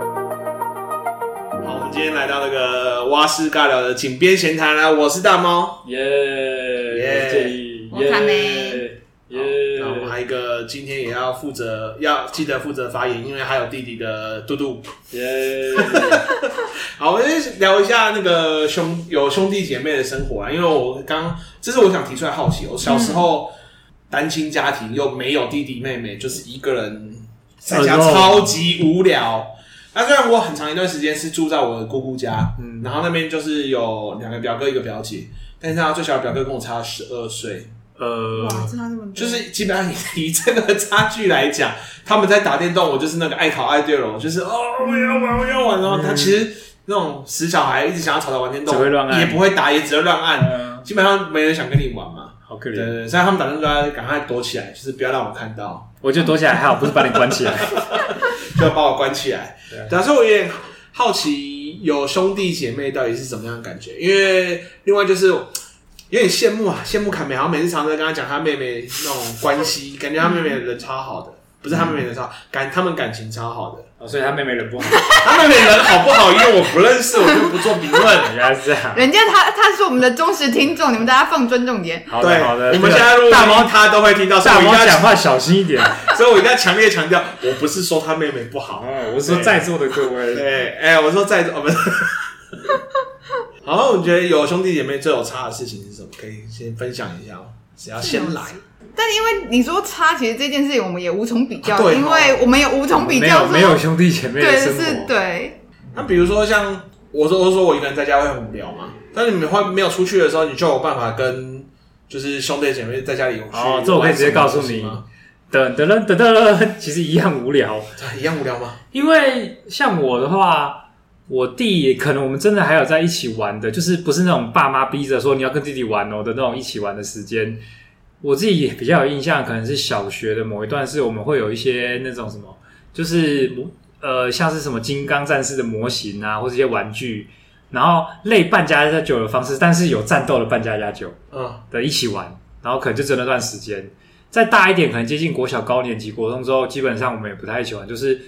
好，我们今天来到那个蛙式尬聊的井边闲谈啦，我是大猫。耶！耶我是建议我卡梅耶！好那我们还有一个今天也要负责，要记得负责发言，因为还有弟弟的嘟嘟。耶！好，我们先聊一下那个兄有兄弟姐妹的生活啊，因为我刚这是我想提出来好奇，我小时候嗯单亲家庭又没有弟弟妹妹，就是一个人在家哎呦超级无聊。那虽然我很长一段时间是住在我的姑姑家，嗯，然后那边就是有两个表哥一个表姐，但是他最小的表哥跟我差十二岁， 呃，哇，差那么多，就是基本上以以这个差距来讲，他们在打电动，我就是那个爱考爱对了，我就是哦，我要玩，我要玩。然后他其实那种死小孩，一直想要吵着玩电动，嗯只会乱按也不会打，也只会乱按，嗯基本上没人想跟你玩嘛。好可对对怜。对，所以他们打算说赶快躲起来，就是不要让我看到，我觉得躲起来还好，不是把你关起来。就要把我关起来对啊。对啊，所以我有点好奇，有兄弟姐妹到底是怎么样的感觉？因为另外就是。有点羡慕啊，羡慕凯美，好像每次常常在跟他讲他妹妹那种关系，感觉他妹妹人超好的，不是他妹妹人超好感，他们感情超好 的。 哦，所以他妹妹人不好，他妹妹人好不好，因为我不认识，我就不做评论。 原来是这样。人家他他是我们的忠实听众，你们大家放尊重点。好对，的，好的。我们现这个在录大猫猫，他都会听到，所以大我一猫定讲要，话 小心一点。所以我一定要强烈强调，我不是说他妹妹不好。哦，我是说在座的各位，对，哎、我说在，我们。 好，我觉得有兄弟姐妹最有差的事情是什么？可以先分享一下吗？只要先来，但因为你说差，其实这件事情我们也无从比较，对哦因为我们也无从比没较有说，啊没有兄弟姐妹的对生是，活，对，那比如说像我说，我说我一个人在家会很无聊嘛，但你们会没有出去的时候，你就有办法跟就是兄弟姐妹在家里有趣。哦这我可以直接告诉你吗？等等等等等，其实一样无聊。啊一样无聊吗？因为像我的话，我弟也可能我们真的还有在一起玩的，就是不是那种爸妈逼着说你要跟弟弟玩哦的那种一起玩的时间。我自己也比较有印象，可能是小学的某一段，是我们会有一些那种什么，就是呃，像是什么金刚战士的模型啊，或者一些玩具，然后类扮家家酒的方式，但是有战斗的扮家家酒。嗯，的一起玩，然后可能就只有那段时间。再大一点，可能接近国小高年级、国中之后，基本上我们也不太一起玩，就是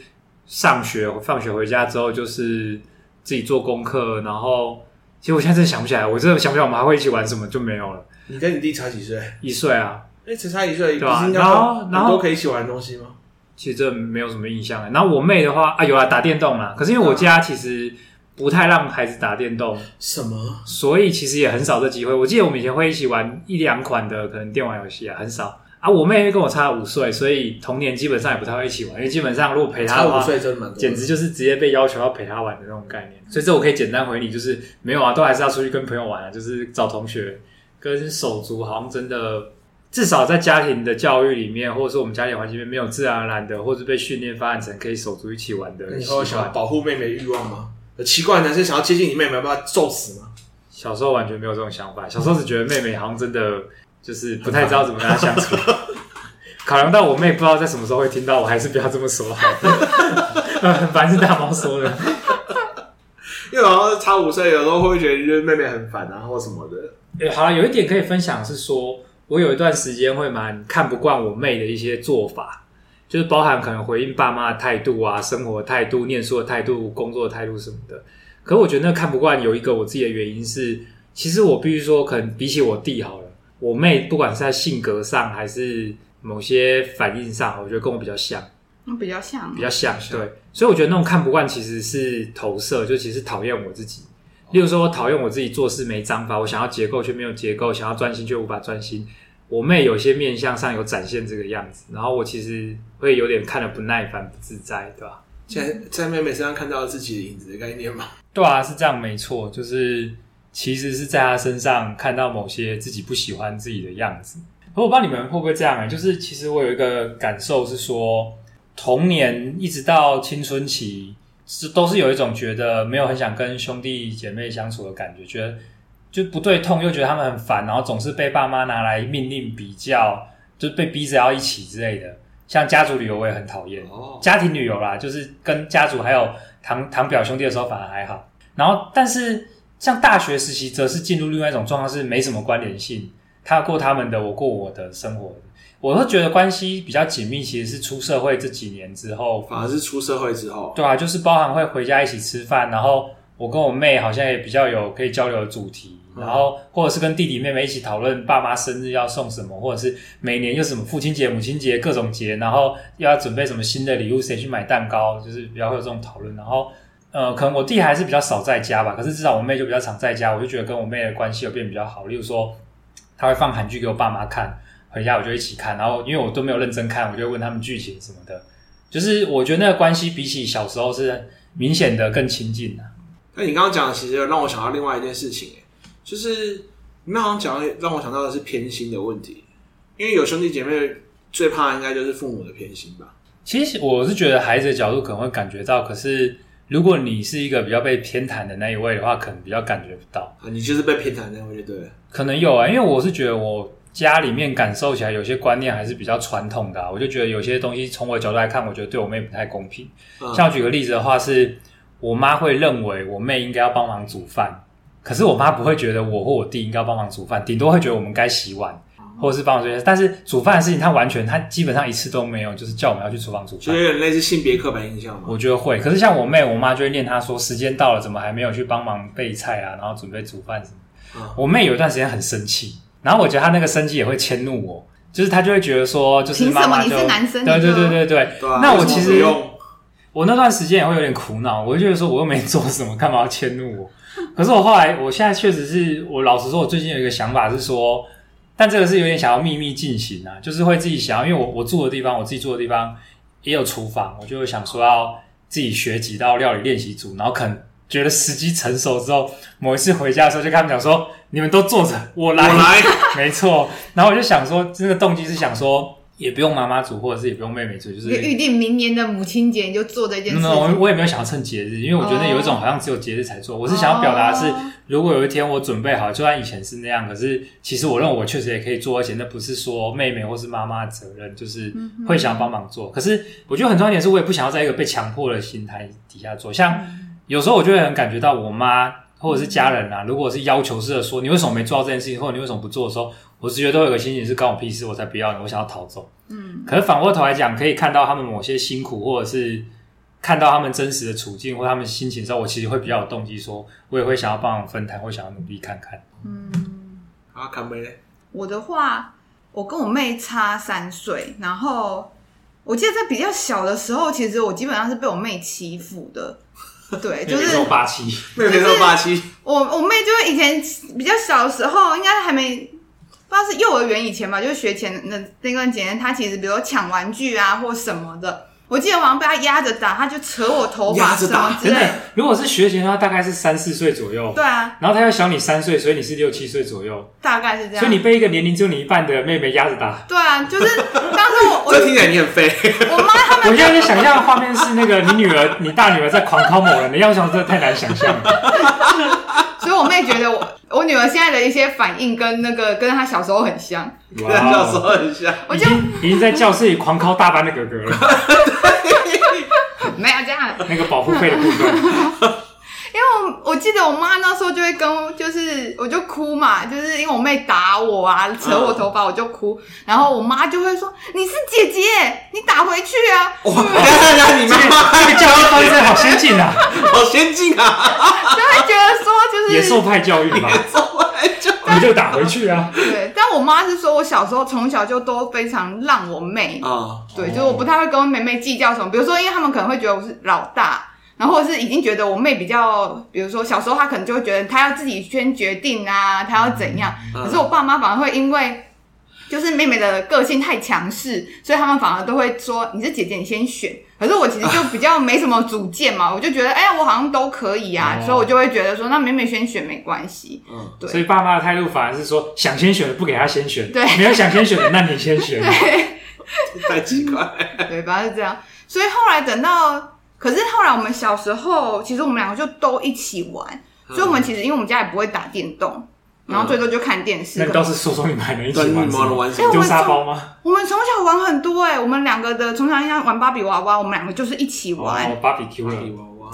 上学、放学回家之后，就是自己做功课，然后其实我现在真的想不起来，我真的想不起来我们还会一起玩什么，就没有了。你跟你弟差几岁？一岁啊，哎，只差一岁，不对啊是应该然后很然后多可以一起玩的东西吗？其实这没有什么印象。然后我妹的话啊，有啊，打电动啦。可是因为我家其实不太让孩子打电动，什么？所以其实也很少这机会。我记得我们以前会一起玩一两款的可能电玩游戏啊，很少啊。我妹跟我差五岁，所以童年基本上也不太会一起玩，因为基本上如果陪她差的五话，岁真的蛮多的，简直就是直接被要求要陪她玩的那种概念。所以这我可以简单回你，就是没有啊，都还是要出去跟朋友玩啊，就是找同学跟手足，好像真的。至少在家庭的教育里面，或者说我们家庭环境里面，没有自然而然的，或者被训练发展成可以手足一起玩的那你习会有想要惯。保护妹妹的欲望吗？有奇怪的男生想要接近你妹妹，要把她揍死吗？小时候完全没有这种想法，小时候只觉得妹妹好像真的就是不太知道怎么跟她相处。 考量到我妹不知道在什么时候会听到，我还是不要这么说好了。 很烦是大猫说的，因为好像差五岁，有时候会觉得就是妹妹很烦啊，或什么的。诶呃好了，有一点可以分享是说，我有一段时间会蛮看不惯我妹的一些做法，就是包含可能回应爸妈的态度啊、生活态度、念书的态度、工作的态度什么的。可我觉得那看不惯有一个我自己的原因是，其实我必须说，可能比起我弟好了，我妹不管是在性格上还是某些反应上，我觉得跟我比较像。嗯比较像比，较像，对，所以我觉得那种看不惯其实是投射，就其实是讨厌我自己。例如说，我讨厌我自己做事没章法，我想要结构却没有结构，想要专心却无法专心。我妹有些面相上有展现这个样子，然后我其实会有点看得不耐烦、不自在，对吧、现在在妹妹身上看到自己的影子的概念嘛，对啊，是这样，没错，就是其实是在他身上看到某些自己不喜欢自己的样子。我不知道你们会不会这样啊、就是其实我有一个感受是说，童年一直到青春期，是都是有一种觉得没有很想跟兄弟姐妹相处的感觉，觉得就不对痛，又觉得他们很烦，然后总是被爸妈拿来命令比较，就是被逼着要一起之类的。像家族旅游我也很讨厌，哦，家庭旅游啦，就是跟家族还有堂堂表兄弟的时候反而还好。然后，但是像大学时期，则是进入另外一种状况，是没什么关联性，他过他们的，我过我的生活。我会觉得关系比较紧密，其实是出社会这几年之后，反而是出社会之后，对啊，就是包含会回家一起吃饭，然后我跟我妹好像也比较有可以交流的主题，嗯然后或者是跟弟弟妹妹一起讨论爸妈生日要送什么，或者是每年又什么父亲节、母亲节各种节，然后又要准备什么新的礼物，谁去买蛋糕，就是比较会有这种讨论。然后呃，可能我弟还是比较少在家吧，可是至少我妹就比较常在家，我就觉得跟我妹的关系有变比较好。例如说，她会放韩剧给我爸妈看，回家我就一起看，然后因为我都没有认真看，我就会问他们剧情什么的。就是我觉得那个关系比起小时候是明显的更亲近啊的、那你刚刚讲的，其实有让我想到另外一件事情、欸，就是你们好像讲到让我想到的是偏心的问题，因为有兄弟姐妹最怕应该就是父母的偏心吧。其实我是觉得孩子的角度可能会感觉到，可是如果你是一个比较被偏袒的那一位的话，可能比较感觉不到。啊，你就是被偏袒那位就对了。可能有啊，因为我是觉得我家里面感受起来有些观念还是比较传统的、啊，我就觉得有些东西从我角度来看，我觉得对我妹不太公平。嗯像我举个例子的话是，我妈会认为我妹应该要帮忙煮饭，可是我妈不会觉得我或我弟应该要帮忙煮饭，顶多会觉得我们该洗碗或者是帮忙这些。但是煮饭的事情，她完全她基本上一次都没有，就是叫我们要去厨房煮就饭。有点类似性别刻板印象嘛。我觉得会，可是像我妹，我妈就会念她说，时间到了，怎么还没有去帮忙备菜啊，然后准备煮饭什么的。嗯我妹有一段时间很生气，然后我觉得她那个生气也会迁怒我，就是她就会觉得说，就是凭什么妈妈你就是男生对你对就对对对。对啊，那我为什么其不实用我那段时间也会有点苦恼，我就觉得说我又没做什么，干嘛要迁怒我？ 可是我后来，我现在确实是我老实说，我最近有一个想法是说，但这个是有点想要秘密进行啊，就是会自己想要，因为我我住的地方，我自己住的地方也有厨房，我就想说要自己学几道料理练习煮，然后可能觉得时机成熟之后，某一次回家的时候就跟他们讲说，你们都坐着，我我来。来， 没错，然后我就想说，真的动机是想说，也不用妈妈煮，或者是也不用妹妹煮，就是你预定明年的母亲节你就做这件事 no, no, 我情。我也没有想要趁节日，因为我觉得有一种好像只有节日才做。我是想要表达的是，哦如果有一天我准备好，就算以前是那样，可是其实我认为我确实也可以做，而且那不是说妹妹或是妈妈的责任，就是嗯哼会想要帮忙做。可是我觉得很重要一点是，我也不想要在一个被强迫的心态底下做。像有时候我就会很感觉到我妈或者是家人啊，如果是要求式的说你为什么没做到这件事情，或者你为什么不做的时候，我直觉都有个心情是关我屁事，我才不要你，我想要逃走。嗯，可是反过头来讲，可以看到他们某些辛苦，或者是看到他们真实的处境或他们心情的时候，我其实会比较有动机说我也会想要帮忙分摊，会想要努力看看。嗯，啊，卡梅嘞，我的话，我跟我妹差三岁，然后我记得在比较小的时候，其实我基本上是被我妹欺负的。 对，哎就因为是你有霸气，妹妹这么霸气，我我妹就会以前比较小的时候，应该还没不知道是幼儿园以前吧，就是学前的那段时间，她其实比如说抢玩具啊或什么的，我记得我好像被她压着打，她就扯我头发压什着打么之真类的的。。如果是学前的话，大概是三四岁左右，对啊，然后他又小你三岁，所以你是六七岁左右，大概是这样。所以你被一个年龄只有你一半的妹妹压着打。对啊，就是当时 我这听起来你很废。我我妈她我现在就想象的画面是那个你女儿，你大女儿在狂敲某人的样子，真的太难想象了。所以我妹觉得我我女儿现在的一些反应跟那个跟她小时候很像，跟哦 教授很像，我已就经已经在教室里狂敲大班的哥哥了，没有这样。那个保护费的部分。因为我我记得我妈那时候就会跟我，就是我就哭嘛，就是因为我妹打我啊，扯我头发我就哭，然后我妈就会说你是姐姐，你打回去啊。哇，等一下你这妈个妈这个教育方式好先进啊， 好先进啊！ 就会觉得说就是 野兽派教育 嘛，你就打回去啊。对，但我妈是说我小时候从小就都非常让我妹，啊，哦对，就是我不太会跟我妹妹计较什么，比如说，因为他们可能会觉得我是老大，然后或者是已经觉得我妹比较，比如说小时候她可能就会觉得她要自己先决定啊，她要怎样，嗯可是我爸妈反而会因为。就是妹妹的个性太强势，所以他们反而都会说你是姐姐，你先选。可是我其实就比较没什么主见嘛，我就觉得哎呀，我好像都可以啊，哦所以我就会觉得说那妹妹先选没关系。嗯，对所以爸妈的态度反而是说，想先选的不给他先选，对没有想先选的那你先 选。太奇怪。对，反正是这样。所以后来等到，可是后来我们小时候，其实我们两个就都一起玩，所以我们其实因为我们家也不会打电动，然后最多就看电视。那你倒是说说你们还能一起对，你玩什妈的么？玩什么？丢沙包吗？我们从小玩很多欸哎、我们两个的从小印象玩芭比娃娃，我们两个就是一起玩。哦，芭比 Q 芭了比。娃娃，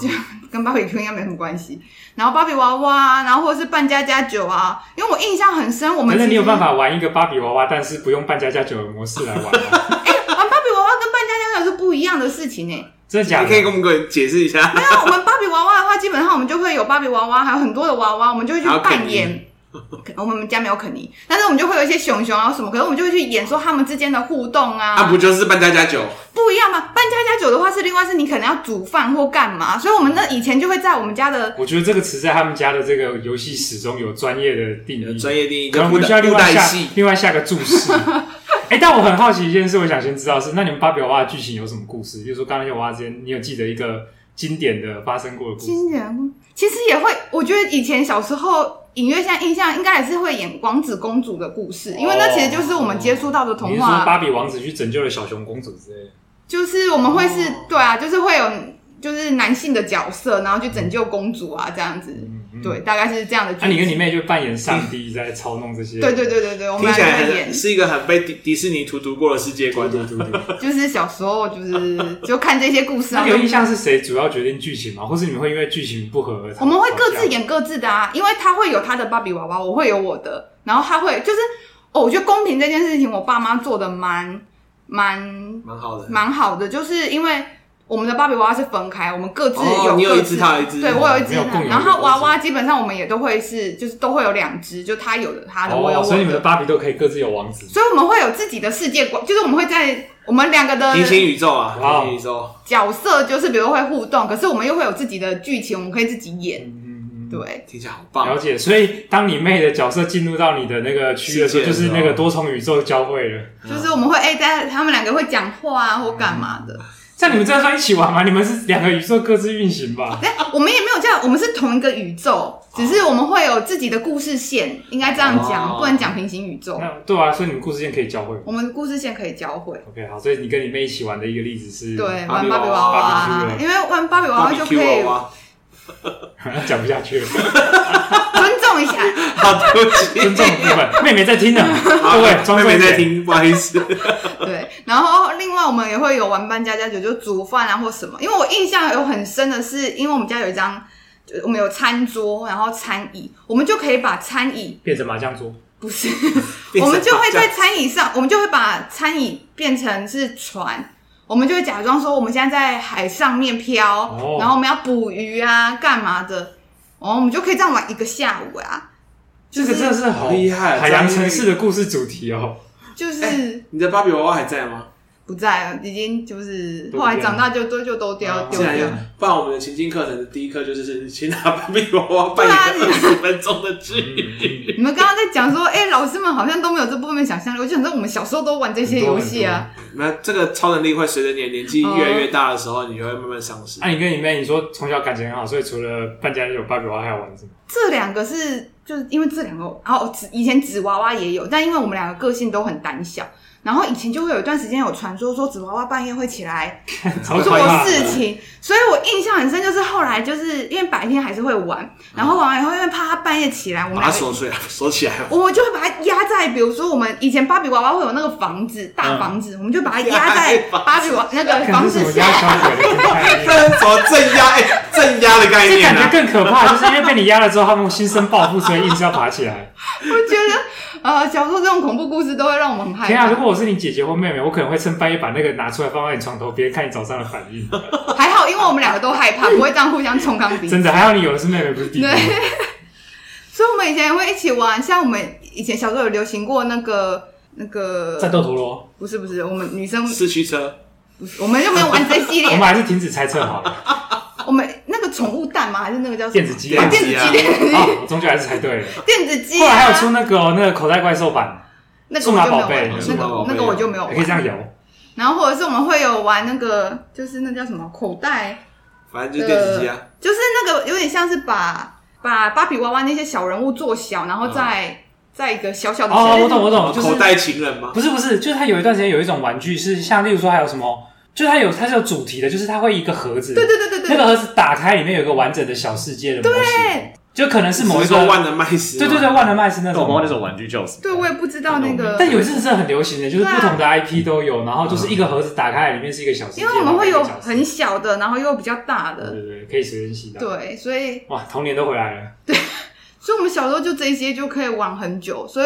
跟芭比 Q 应该没什么关系。然后芭比娃娃，然后或者是扮家家酒啊，因为我印象很深，我们哎那其你实有办法玩一个芭比娃娃，但是不用扮家家酒的模式来玩啊 吗？玩芭比娃娃跟扮家家酒是不一样的事情欸呢、真的假你可以的？跟我们解释一下，没有，我们芭比娃娃的话，基本上我们就会有芭比娃娃，还有很多的娃娃，我们就会去还有肯扮演。我们家没有肯尼，但是我们就会有一些熊熊啊什么，可是我们就会去演说他们之间的互动啊，那不就是扮家家酒？不一样嘛。扮家家酒的话是另外是你可能要煮饭或干嘛，所以我们那以前就会在我们家的我觉得这个词在他们家的这个游戏史中有专业的定义，专业定义可跟能布我们需要袋另布外袋下戏，另外下个注 释。哎、但我很好奇一件事，我想先知道是，那你们芭比娃娃的剧情有什么故事？比如说刚刚那些娃娃之间，你有记得一个经典的发生过的故事？经典，其实也会，我觉得以前小时候隐约像印象应该也是会演王子公主的故事，因为那其实就是我们接触到的你童是话。说芭比王子去拯救了小熊公主之类的？就是我们会是、哦对啊，就是会有就是男性的角色，然后去拯救公主啊这样子，嗯嗯对，大概是这样的剧那、情。你跟你妹就扮演上帝在操弄这些？对对对对对，我们听起来还会演很，是一个很被迪迪士尼荼毒过的世界观的。就是小时候就是 就看这些故事啊那。有印象是谁主要决定剧情吗？或是你们会因为剧情不合而吵我们会各吵自架演各自的啊，因为他会有他的芭比娃娃，我会有我的，然后他会就是哦，我觉得公平这件事情，我爸妈做的蛮蛮蛮好的。蛮好的，就是因为我们的芭比娃娃是分开，我们各自哦有你有各一自只他有一只对我有一只没有共有一，个然后娃娃基本上我们也都会是，就是都会有两只，就他有的他的，啊我有哦，我所以你们的的，芭比都可以各自有王子。所以我们会有自己的世界观，就是我们会在我们两个的平行宇宙啊，哇平行宇宙，角色，就是比如会互动，可是我们又会有自己的剧情，我们可以自己演，嗯嗯嗯，对，听起来好了棒。解。所以当你妹的角色进入到你的那个区域的时候，世界就的时候是那个多重宇宙交汇了。就是我们会哎，在他们两个会讲话啊或干嘛的，像你们这样算一起玩吗？你们是两个宇宙各自运行吧？哎，我们也没有这样，我们是同一个宇宙，只是我们会有自己的故事线，应该这样哦讲，不能讲平行宇宙，那对啊，所以你们故事线可以交汇吗。我们的故事线可以交汇。 OK，好，所以你跟你妹一起玩的一个例子是，对，芭玩比啊芭比娃娃娃娃，因为玩芭比啊娃娃就可 Barbecue 以娃 娃， 讲不下去了，尊重一下，好，对不起，尊重的部分，妹妹在 听呢，好各位，装妹作妹一点在，听，不好意思。对。然后另外我们也会有玩扮家家酒，就煮饭啊或什么。因为我印象有很深的是，因为我们家有一张，呃就我们有餐桌，然后餐椅，我们就可以把餐椅变成麻将桌。不 是，变成我们就会麻在将餐椅上，我们就会把餐椅变成是船。我们就会假装说我们现在在海上面漂，哦然后我们要捕鱼啊，干嘛的？哦，我们就可以这样玩一个下午啊，这就个是真的是好好厉害海洋城市的故事主题哦。就是、你的芭比娃娃还在吗？不在啊了，已经就是都后来丢掉长大就都就都丢啊丢既然掉有。不然我们的情境课程的第一课就是先拿芭比娃娃扮啊演二十分钟的剧。嗯你们刚刚在讲说，哎、老师们好像都没有这部分想象力。我就想说，我们小时候都玩这些游戏啊，那这个超能力会随着你的年纪越来越大的时候，你就会慢慢丧失那、。啊你跟你妹，你说从小感情很好，所以除了扮家家酒、芭比娃娃，还有玩什么？这两个是就是因为这两个，然后以前纸娃娃也有，但因为我们两个个性都很胆小，然后以前就会有一段时间有传说说纸娃娃半夜会起来超 做害怕的事情，所以我印象很深，就是后来就是因为白天还是会玩，然后玩完以后，因为怕他半夜起来，我们把它两个锁起来，锁起来。啊我就会把它压在，比如说我们以前芭比娃娃会有那个房子，大房嗯子，我们就把它压在芭比娃那个看房哎这是子什么下压。小鬼的概 念？这 是什么镇压？哎，镇压的概这念感觉啊！更可 怕，就是因为被你压了之后，他们心生报复，所以硬是要爬起来。我觉得，呃，小时候这种恐怖故事都会让我们很害天 啊！如怕。果我是你姐姐或妹妹，我可能会趁半夜把那个拿出来放在你床头边，看你早上的反 应。还好，因为我们两个都害怕，不会这样互相冲康鼻。真的，还好你有的是妹妹，不是弟弟。对所以我们以前也会一起玩，像我们以前小时候有流行过那个那战个，斗陀 螺，不是不是，我们女生四驱车，不是，我们就没有玩这系我 列们。还是停止猜测好 了。我们那个宠物蛋吗？还是那个叫什么电子鸡啊蛋电子啊鸡，电哦，我终究还是猜对了。 电子鸡啊。后来还有出那个哦那个口袋怪兽版，那个数我码就没宝有贝玩，，数那码个宝贝那个我就没有也可以这玩。样摇。然后或者是我们会有玩那个，就是那叫什么口袋，反正就是电子机啊。就是那个有点像是把把芭比娃娃那些小人物做小，然后再再一个小小的啊哦，我懂，我懂，就是口袋情人吗？不是不是，就是它有一段时间有一种玩具是像，例如说还有什么，就是它有它是有主题的，就是它会一个盒子，对对对对那对个盒子打开里面有一个完整的小世界的模型，对，就可能是某一说个万能麦斯，对对对，万能麦斯那那我种们。那种玩具叫什么？对我也不知道那个，但有一阵子真的很流行的，就是啊不同的 IP 都有，然后嗯就是一个盒子打开来，里面是一个小世界，因为我们会有然后一个小世嗯很小的，然后又比较大对的，对对，可以随身携带。，对，所以哇，童年都回来了。所以我们小时候就这些就可以玩很久，所以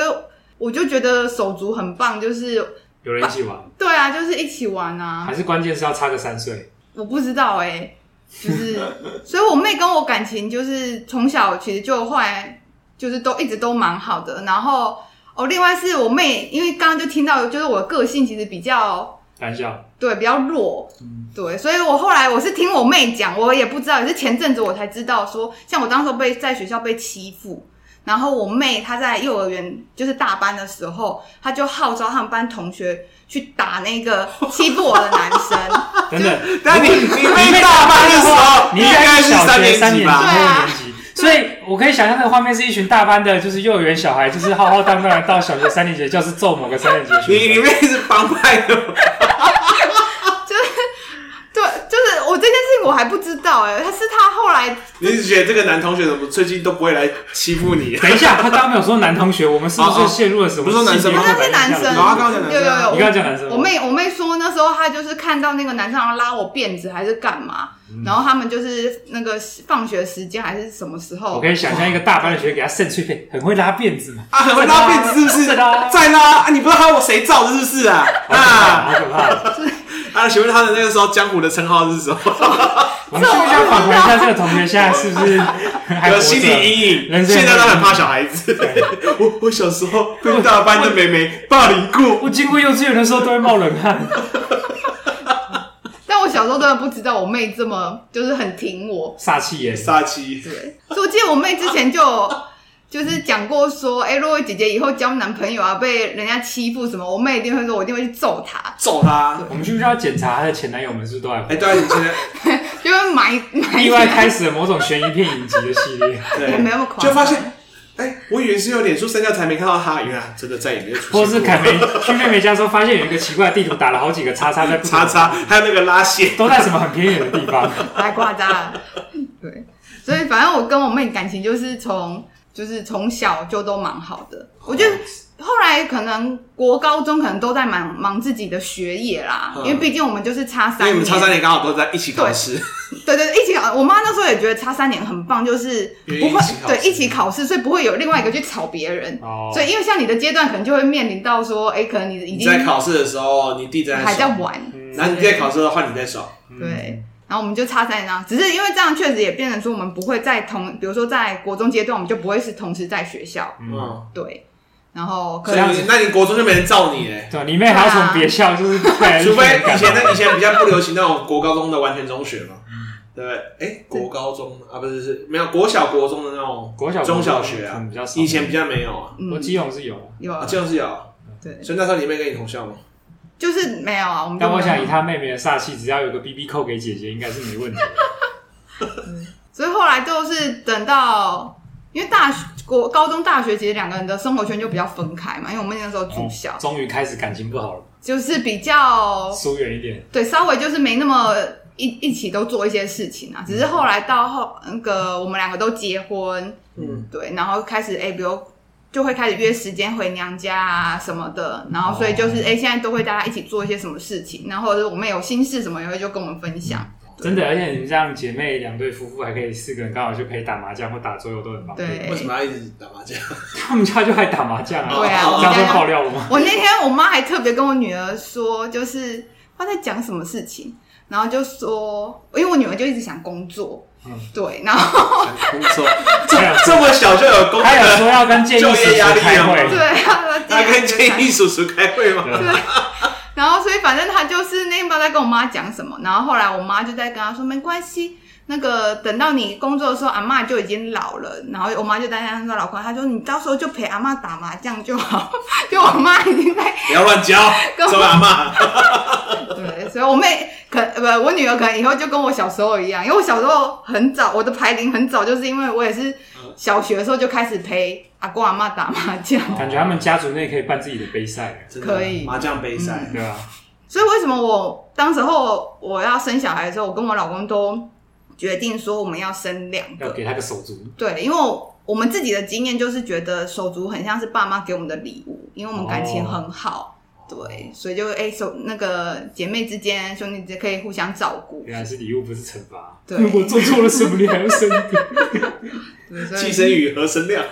我就觉得手足很棒，就是有人一起玩，对啊，就是一起玩啊还，是关键是要差个三岁。我不知道哎、就是所以我妹跟我感情就是从小其实就后来就是都一直都蛮好的，然后哦，另外是我妹，因为刚刚就听到就是我的个性其实比较胆小，对，比较弱嗯，对，所以我后来我是听我妹讲，我也不知道，也是前阵子我才知道说，像我当时候被在学校被欺负，然后我妹她在幼儿园就是大班的时候，她就号召他们班同学去打那个欺负我的男生， 等等，但你你你被大班的时候，你应应该该是是小学年三级年级吧？啊或六年级，所以我可以想象那个画面是一群大班的，就是幼儿园小孩，就是浩浩荡荡的到小学三年级的教室揍某个三年级的你你学生。妹是帮派的，对，就是我这件事情我还不知道哎、欸，她是她后来你是觉得这个男同学怎么最近都不会来欺负你？等一下，他刚刚没有说男同学，我们是不是陷入了什么哦哦性别刻板印象？不他那是男有生，啊刚刚讲男生啊有有有，你哦刚刚讲男生吗，我妹我妹说那时候她就是看到那个男生好像拉我辫子还是干嘛，然后他们就是那个放学时间还是什么时哦我候可，以想象一个大班的学生给他扇脆片，很会拉辫子嘛， 啊，很会拉辫子是不是？是的啊再拉啊！你不知道他我谁造的是不是 啊？啊好可怕！好可怕啊！请问他的那个时候江湖的称号是什么？我们是不是要反问一下这个同学现在是不是还活有着心理阴影，人生现在都很怕小孩子。 我我小时候被大班的妹妹霸凌过，我经过幼稚园的时候都会冒冷汗。 但我小时候真的不知道我妹这么就是很挺我，煞气耶！杀妻。对，所以我记得我妹之前就 有就是讲过说，哎、若薇姐姐以后交男朋友啊，被人家欺负什么，我妹一定会说，我一定会去揍她，揍他！我们需不需要检查她的前男友们是不是都还活哎，对啊，你现 在就会埋埋意外开始了某种悬疑片影集的系 列，也没那么夸张就发现，哎，我以为是有脸书删掉才没看到他，原来真的再也没有出现过。或是凯梅去妹妹家的时候，发现有一个奇怪的地图，打了好几个叉叉在不同 叉的叉，还有那个拉线，都在什么很偏远的地 方。太夸张了。对，所以反正我跟我妹感情就是从就是从小就都蛮好的。我觉得后来可能国高中可能都在忙忙自己的学业啦，嗯因为毕竟我们就是差因三为我年，们叉三年刚好都在一起考试，对对，对一起考。我妈那时候也觉得差三年很棒，就是不因为一会起考试对一起考试，所以不会有另外一个去吵别人。哦，所以因为像你的阶段，可能就会面临到说，哎，可能你已你经在考试的时候，你弟在嗯还在爽，玩，然后你弟在考试的时候换你在爽。对，然后我们就差三张，只是因为这样确实也变成说我们不会在同，比如说在国中阶段，我们就不会是同时在学校，嗯，嗯，对，然后可所以能你那你国中就没人罩你嘞，对，你妹还要从别校，就是过 来除非以前那以前比较不流行那种国高中的完全中学嘛，对不对？哎，国高中啊，不是是没有国小国中的那种国小中小学可啊能比较，少以前比较没有啊，我嗯基隆是有啊，有啊，啊这样是有。对，所以那时候你妹跟你同校吗？就是没有啊，我们就但我没有想以她妹妹的煞气，只要有个 B B 扣给姐姐，应该是没问题的。所以后来就是等到。因为大学、国高中、大学，其实两个人的生活圈就比较分开嘛。因为我们那时候住校，哦终于开始感情不好了，就是比较疏远一点。对，稍微就是没那么一一起都做一些事情啊。只是后来到后那个我们两个都结婚，嗯，对，然后开始哎、比如就会开始约时间回娘家啊什么的，然后所以就是哎、现在都会大家一起做一些什么事情，然后或者是我们有心事什么也会就跟我们分享，真的，而且你们这样姐妹两对夫妇还可以四个人，刚好就可以打麻将或打桌游都很方便。对为什么要一直打 麻将？他们家就爱打麻将啊，对啊这样我们算家爆料了吗？我那天我妈还特别跟我女儿说，就是她在讲什么事情，然后就说，因为我女儿就一直想工作，嗯对，然后工作这这么小就有工作还有说了，要跟建议就叔业叔压力啊开对会，对，她说他跟建议叔叔开会吗？对啊然后所以反正他就是那天不知道在跟我妈讲什么，然后后来我妈就在跟他说没关系，那个等到你工作的时候，阿妈就已经老了，然后我妈就担心说老公，她说你到时候就陪阿妈打麻将就好，就我妈已 经在不要乱 教，跟我周阿妈。对，所以我妹可呃不我女儿可能以后就跟我小时候一样，因为我小时候很早，我的排龄很早，就是因为我也是小学的时候就开始陪阿公阿妈打麻将，感觉他们家族内可以办自己的杯赛，真的可以麻将杯赛，对吧？啊所以为什么我当时候我要生小孩的时候，我跟我老公都决定说我们要生两要个。给他个手足，对，因为我我们自己的经验就是觉得手足很像是爸妈给我们的礼物，因为我们感情很好，对，所以就哎、手那个姐妹之间、兄弟之间可以互相照顾，原来是礼物不是惩罚。 对如果做错了什么，你还要生 一个对所以寄生与和生量。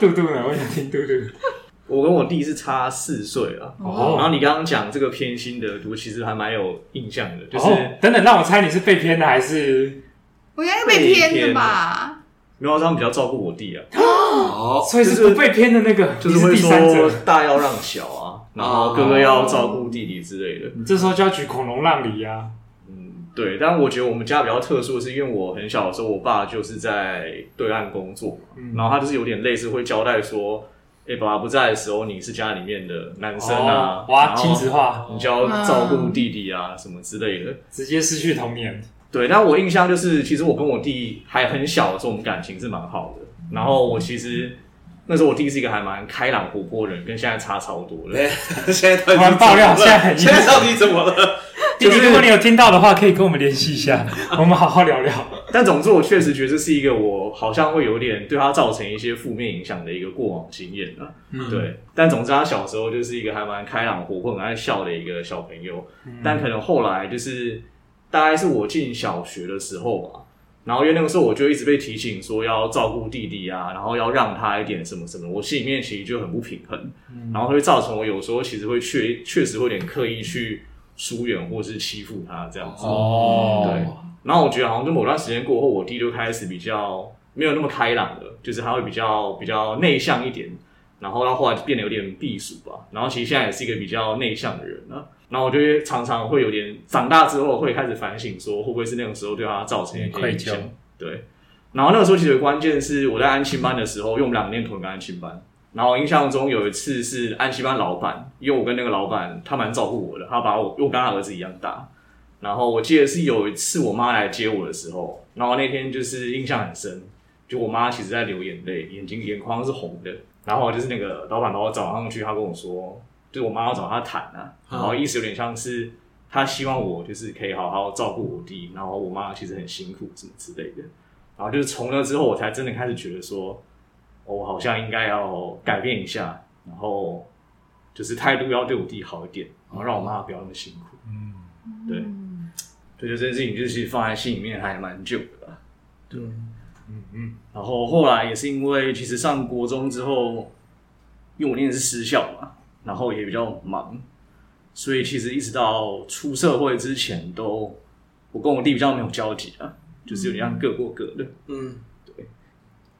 杜杜呢？我想听杜杜。我跟我弟是差四岁啊。然哦后你刚刚讲这个偏心的，我其实还蛮有印象的，就是、哦，等等，让我猜你是被骗的还是？我应该是被骗的吧？没有他们比较照顾我弟啊，哦，所以是不被骗的那个，就是你会是第三说者。大要让小 啊，然后哥哥要照顾弟弟之类的。你这时候就要举恐龙让梨啊！嗯，对。但我觉得我们家比较特殊的是，因为我很小的时候，我爸就是在对岸工作嘛，嗯然后他就是有点类似会交代说，哎、爸爸不在的时候，你是家里面的男生啊哦，哇，然后亲子化，你就要照顾弟弟啊，什么之类的。直接失去童年。对，那我印象就是，其实我跟我弟还很小的时候，我们感情是蛮好的。然后我其实那时候我弟是一个还蛮开朗活泼的人，跟现在差超多的。哎， 现在到底突然爆料怎么了现现在在到底怎么了？弟就弟，是如果你有听到的话，可以跟我们联系一 下，我们好好聊聊。但总之，我确实觉得这是一个我好像会有点对他造成一些负面影响的一个过往经验啊。嗯对，但总之他小时候就是一个还蛮开朗活泼、很爱笑的一个小朋友。但可能后来就是大概是我进小学的时候吧，然后因为那个时候我就一直被提醒说要照顾弟弟啊，然后要让他一点什么什么，我心里面其实就很不平衡，然后会造成我有时候其实会确确实会有点刻意去疏远或是欺负他这样子。哦，对然后我觉得好像就某段时间过后，我弟就开始比较没有那么开朗了，就是他会比较比较内向一点，然后到后来就变得有点避暑吧。然后其实现在也是一个比较内向的人了、然后我就会常常会有点长大之后会开始反省，说会不会是那种时候对他造成一些嗯愧影疚响？对。然后那个时候其实关键是我在安亲班的时候，因为我们两个念同一个安亲班。然后我印象中有一次是安亲班老板，因为我跟那个老板他蛮照顾我的，他把我因为我跟他儿子一样大，然后我记得是有一次我妈来接我的时候，然后那天就是印象很深，就我妈其实在流眼泪，眼睛眼眶是红的。然后就是那个老板把我找上去，他跟我说，就是我妈要找他谈啊，嗯然后意思有点像是他希望我就是可以好好照顾我弟，然后我妈其实很辛苦什么之类的。然后就是从那之后，我才真的开始觉得说，哦我好像应该要改变一下，然后就是态度要对我弟好一点，然后让我妈不要那么辛苦。嗯，对嗯对，就这件事情就是其实放在心里面还蛮久的吧。嗯嗯，然后后来也是因为其实上国中之后，因为我念的是私校嘛，然后也比较忙，所以其实一直到出社会之前都，我跟我弟比较没有交集啊，就是有点像各过各的。嗯，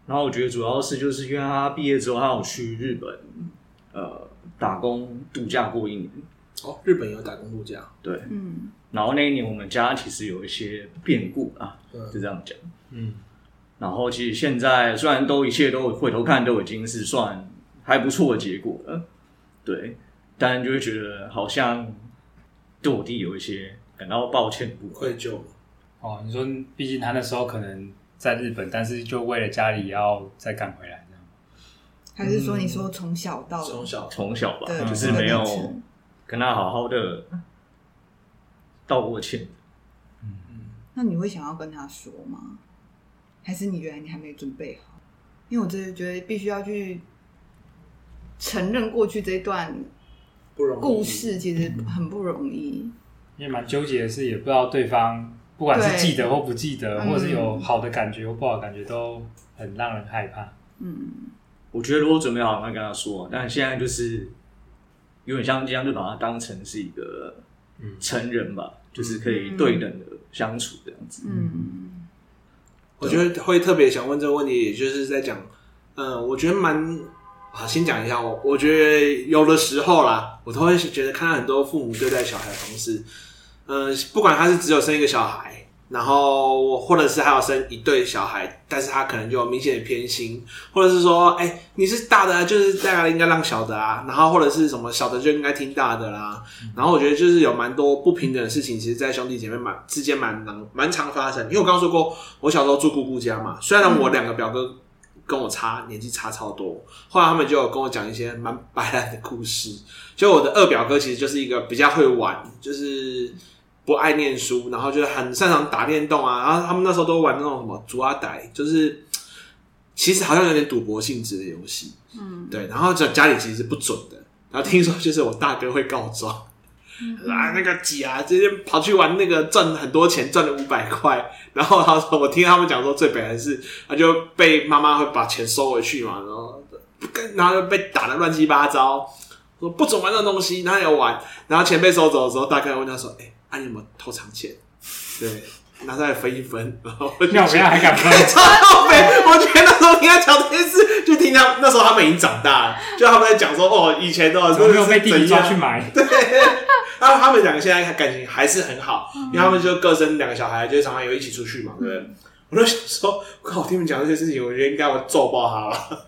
然后我觉得主要是就是因为他毕业之后，他有去日本，呃，打工度假过一年。哦，日本有打工度假，对，嗯，然后那一年我们家其实有一些变故啊，就嗯这样讲。嗯，然后其实现在虽然都一切都回头看都已经是算还不错的结果了，对，但就会觉得好像对我弟有一些感到抱歉的部愧分。疚，哦，你说，毕竟他那时候可能在日本，但是就为了家里要再赶回来这样。还是说你说从小到从小从小吧，嗯对就是没有跟他好好的道过歉。那你会想要跟他说吗？还是你觉得你还没准备好？因为我真的觉得必须要去承认过去这一段不容易故，事，其实很不容易。因为蛮纠结的是，也不知道对方不管是记得或不记得，嗯或者是有好的感觉或不好的感觉，都很让人害怕。啊嗯，我觉得如果准备好，那跟他说。但现在就是有点像这样，就把他当成是一个嗯成人吧，就是可以对等的相处这样子。嗯我觉得会特别想问这个问题，也就是在讲，嗯，我觉得蛮啊，先讲一下，我我觉得有的时候啦，我都会觉得看到很多父母对待小孩的方式，嗯，不管他是只有生一个小孩，然后或者是还有生一对小孩，但是他可能就有明显的偏心，或者是说，哎、你是大的、啊，就是大家应该让小的啊，然后或者是什么小的就应该听大的啦。然后我觉得就是有蛮多不平等的事情，其实，在兄弟姐妹蛮之间蛮常蛮常发生。因为我刚刚说过，我小时候住姑姑家嘛，虽然我两个表哥跟我差年纪差超多，后来他们就有跟我讲一些蛮白烂的故事。就我的二表哥其实就是一个比较会玩，就是。不爱念书，然后就是很擅长打电动啊，然后他们那时候都玩那种什么竹阿歹，就是其实好像有点赌博性质的游戏，嗯，对，然后这家里其实是不准的，然后听说就是我大哥会告状，啊那个几啊，直接跑去玩那个赚很多钱，赚了五百块，然后他说我听他们讲说最北的是，他就被妈妈会把钱收回去嘛，然后跟然后就被打的乱七八糟，说不准玩那种东西，哪里有玩？然后钱被收走的时候，大哥还问他说，哎、啊你有没有偷藏钱？对。拿出来分一分，然后我就尿不要还敢分？ 超靠北！我觉得那时候听他讲这件事，就听他那时候他们已经长大了，就他们在讲说哦，以前都怎么没有被弟弟怎抓样 去买？然后他们两个现在感情还是很好，嗯因为他们就各生两个小孩，就常常有一起出去嘛，对不对？我就想说，靠，听你们讲这些事情，我觉得应该我揍爆他了。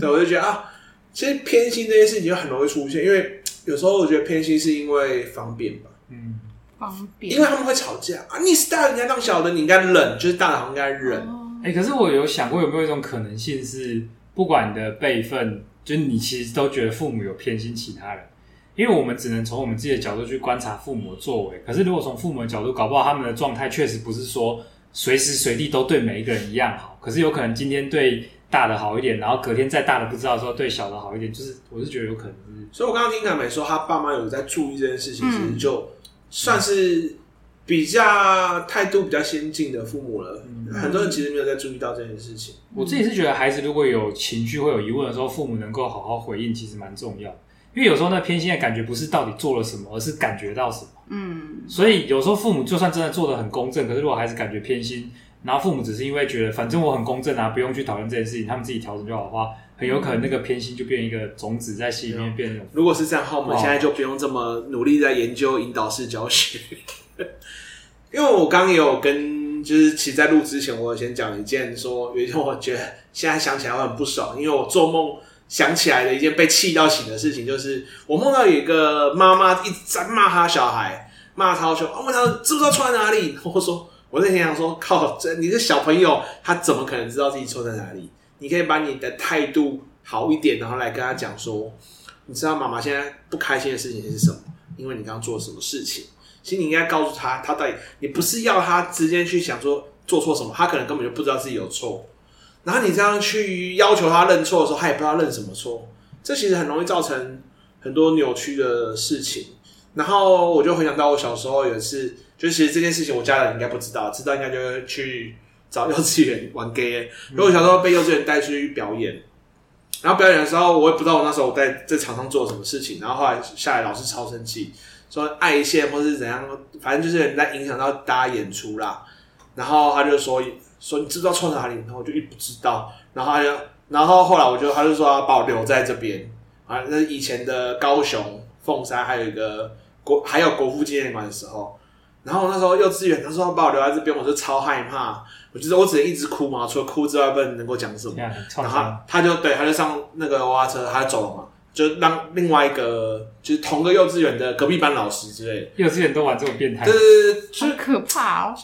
对，我就觉得啊，其实偏心这件事情就很容易出现，因为有时候我觉得偏心是因为方便吧，嗯，方因为便。他们会吵架啊，你是大人，你要当小的，你应该忍，就是大人好像应该忍。哦哎、可是我有想过有没有一种可能性是，不管你的辈分，就是你其实都觉得父母有偏心其他人，因为我们只能从我们自己的角度去观察父母的作为。可是如果从父母的角度，搞不好他们的状态确实不是说随时随地都对每一个人一样好，可是有可能今天对大的好一点，然后隔天再大的不知道的时候对小的好一点，就是我是觉得有可能是。所以我刚刚听凯美说，他爸妈有在注意这件事情，嗯其实就算是比较态度比较先进的父母了。嗯很多人其实没有在注意到这件事情。我自己是觉得，孩子如果有情绪或有疑问的时候，父母能够好好回应，其实蛮重要的。因为有时候那偏心的感觉不是到底做了什么，而是感觉到什么。嗯，所以有时候父母就算真的做的很公正，可是如果孩子感觉偏心，然后父母只是因为觉得反正我很公正啊，不用去讨论这件事情，他们自己调整就好的话，很有可能那个偏心就变一个种子在心里面变成。如果是这样的话，我们哇现在就不用这么努力在研究引导式教学。因为我刚刚也有跟，就是其实在录之前，我有先讲一件说，有一件我觉得现在想起来我很不爽，因为我做梦想起来的一件被气到醒的事情，就是我梦到有一个妈妈一直在骂她小孩，骂她说：“哦，问她知不知道错在哪里？” 然后我说：“我那天想说，靠，这你是小朋友，他怎么可能知道自己错在哪里？你可以把你的态度好一点，然后来跟他讲说，你知道妈妈现在不开心的事情是什么？因为你刚刚做了什么事情。”其实你应该告诉他，他到底你不是要他直接去想说做错什么，他可能根本就不知道自己有错。然后你这样去要求他认错的时候，他也不知道认什么错，这其实很容易造成很多扭曲的事情。然后我就回想到我小时候有一次，就其实这件事情我家人应该不知道，知道应该就会去找幼稚园玩 gay。因为我小时候被幼稚园带出去表演，然后表演的时候我也不知道我那时候我在在场上做了什么事情，然后后来下来老师超生气，说爱线或是怎样，反正就是有人在影响到大家演出啦。然后他就说说你知不知道错哪里？然后我就一不知道，然后他就然后后来我就他就说要把我留在这边啊，那是以前的高雄凤山还有一个国还有国父纪念馆的时候，然后我那时候幼稚园他说要把我留在这边，我就超害怕，我就是我只能一直哭嘛，除了哭之外不能能够讲什么这。样很创然后伤，他他就对，他就上那个娃娃车，他就走了嘛，就让另外一个就是同个幼稚园的隔壁班老师之类的，幼稚园都玩这种变态对，对对，就好可怕哦！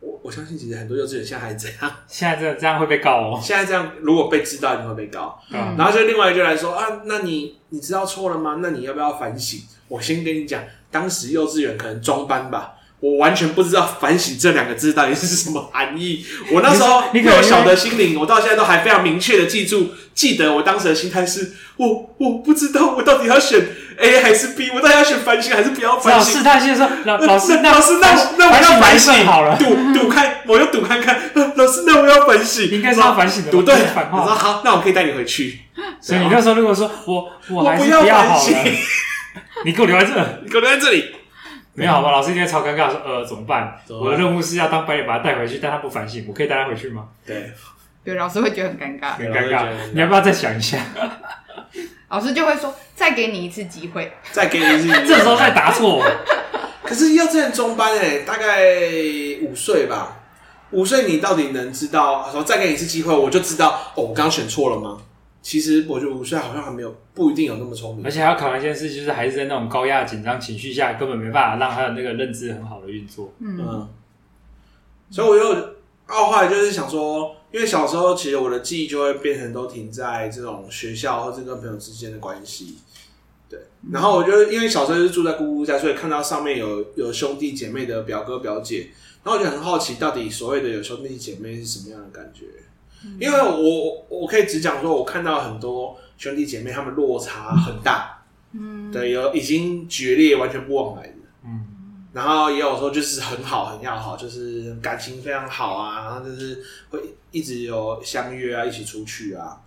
我我相信其实很多幼稚园现在还这样，现在这这样会被告哦。现在这样如果被知道，你会被告。对啊嗯然后就另外一个就来说啊，那你你知道错了吗？那你要不要反省？我先跟你讲，当时幼稚园可能装班吧，我完全不知道“反省”这两个字到底是什么含 义。我那时候你可能幼小的心灵，我到现在都还非常明确的记住，记得我当时的心态是：我我不知道我到底要选 A 还是 B，我到底要选反省还是不要老反省试？探性说，老老师，那老师，那我那我要反省好了。赌赌看，我要赌看看。啊老师，那我要反省，应该是要反省的赌对，不是反话我说好，那我可以带你回去。所以你那时候如果说我我哦还是我不要要好反了省，你给我留在这， 你给我留在这里。没有好吧？老师应该超尴尬，说呃怎么办？怎么办我的任务是要当白脸把他带回去，但他不反省，我可以带他回去吗？对，对，老师会觉得很尴尬，很对啊我尴也觉尬得很尴尬，你要不要再想一下？ 老师就会说再给你一次机会。再给你一次。 这时候再答错，可是幼稚园中班哎、大概五岁吧。五岁你到底能知道？说再给你一次机会，我就知道哦，我刚刚选错了吗？其实我觉得五岁好像还没有，不一定有那么聪明而。且还要考量一件事，就是还是在那种高压紧张情绪下，根本没办法让他的那个认知很好的运作。嗯嗯，所以我又哦，后来就是想说，因为小时候其实我的记忆就会变成都停在这种学校或是跟朋友之间的关系，嗯然后我就因为小时候是住在姑姑家，所以看到上面有有兄弟姐妹的表哥表姐，然后我就很好奇，到底所谓的有兄弟姐妹是什么样的感觉？嗯因为我我我可以只讲说，我看到很多兄弟姐妹他们落差很大，嗯，对，有已经决裂，完全不往来的。嗯，然后也有说就是很好很要好，就是感情非常好啊，然后就是会一直有相约啊，一起出去啊，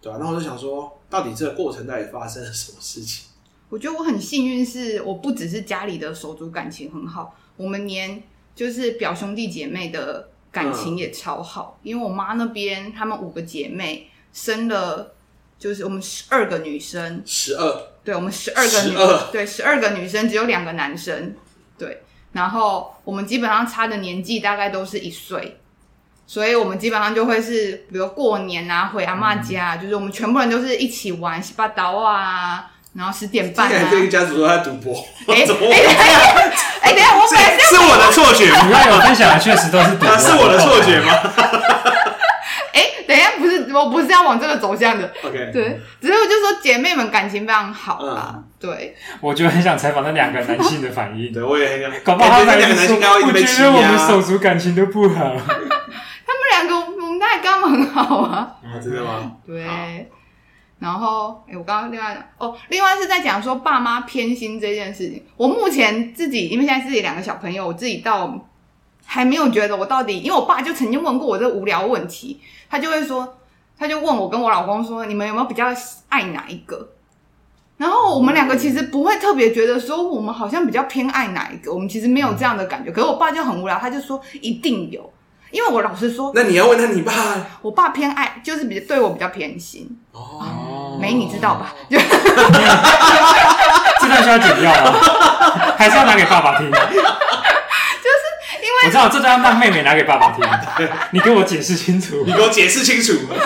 对吧、然后我就想说，到底这个过程到底发生了什么事情？我觉得我很幸运，是我不只是家里的手足感情很好，我们连就是表兄弟姐妹的感情也超嗯好。因为我妈那边她们五个姐妹生了，就是我们十二个女生，十二，对我们十二个女12对十二个女生只有两个男生，对。然后我们基本上差的年纪大概都是一岁，所以我们基本上就会是，比如过年啊，回阿妈家，就是我们全部人都是一起玩洗八刀啊，然后十点竟半然啊这。个家族都在赌博， 哎 哎怎么等会一这下样？哎，等一下，我本来是是是我的错觉 吗？你刚才有分享的确实都是赌博，啊是我的错觉吗哎，等一下不是，我不是要往这个走向的， ？OK，对，只是我就说姐妹们感情非常好啦，嗯对，我就很想采访那两个男性的反应。对，我也很想，搞不好他感们觉那两个男性应该会一我直被觉欺得我们手压，足感情都不好。他们两个我们大概跟他们很好啊，啊真的吗？对，然后哎、诶我刚刚另外讲哦，另外是在讲说爸妈偏心这件事情。我目前自己因为现在自己两个小朋友，我自己到还没有觉得我到底，因为我爸就曾经问过我这个无聊问题，他就会说，他就问我跟我老公说，你们有没有比较爱哪一个？然后我们两个其实不会特别觉得说我们好像比较偏爱哪一个，我们其实没有这样的感觉。可是我爸就很无聊，他就说一定有，因为我老实说，那你要问他你爸我爸偏爱就是比对我比较偏心，哦，没你知道吧？ 这段需要剪掉吗？还是要拿给爸爸听？就是因为我知道这段要让妹妹拿给爸爸听，你给我解释清楚你。给我解释清楚。因为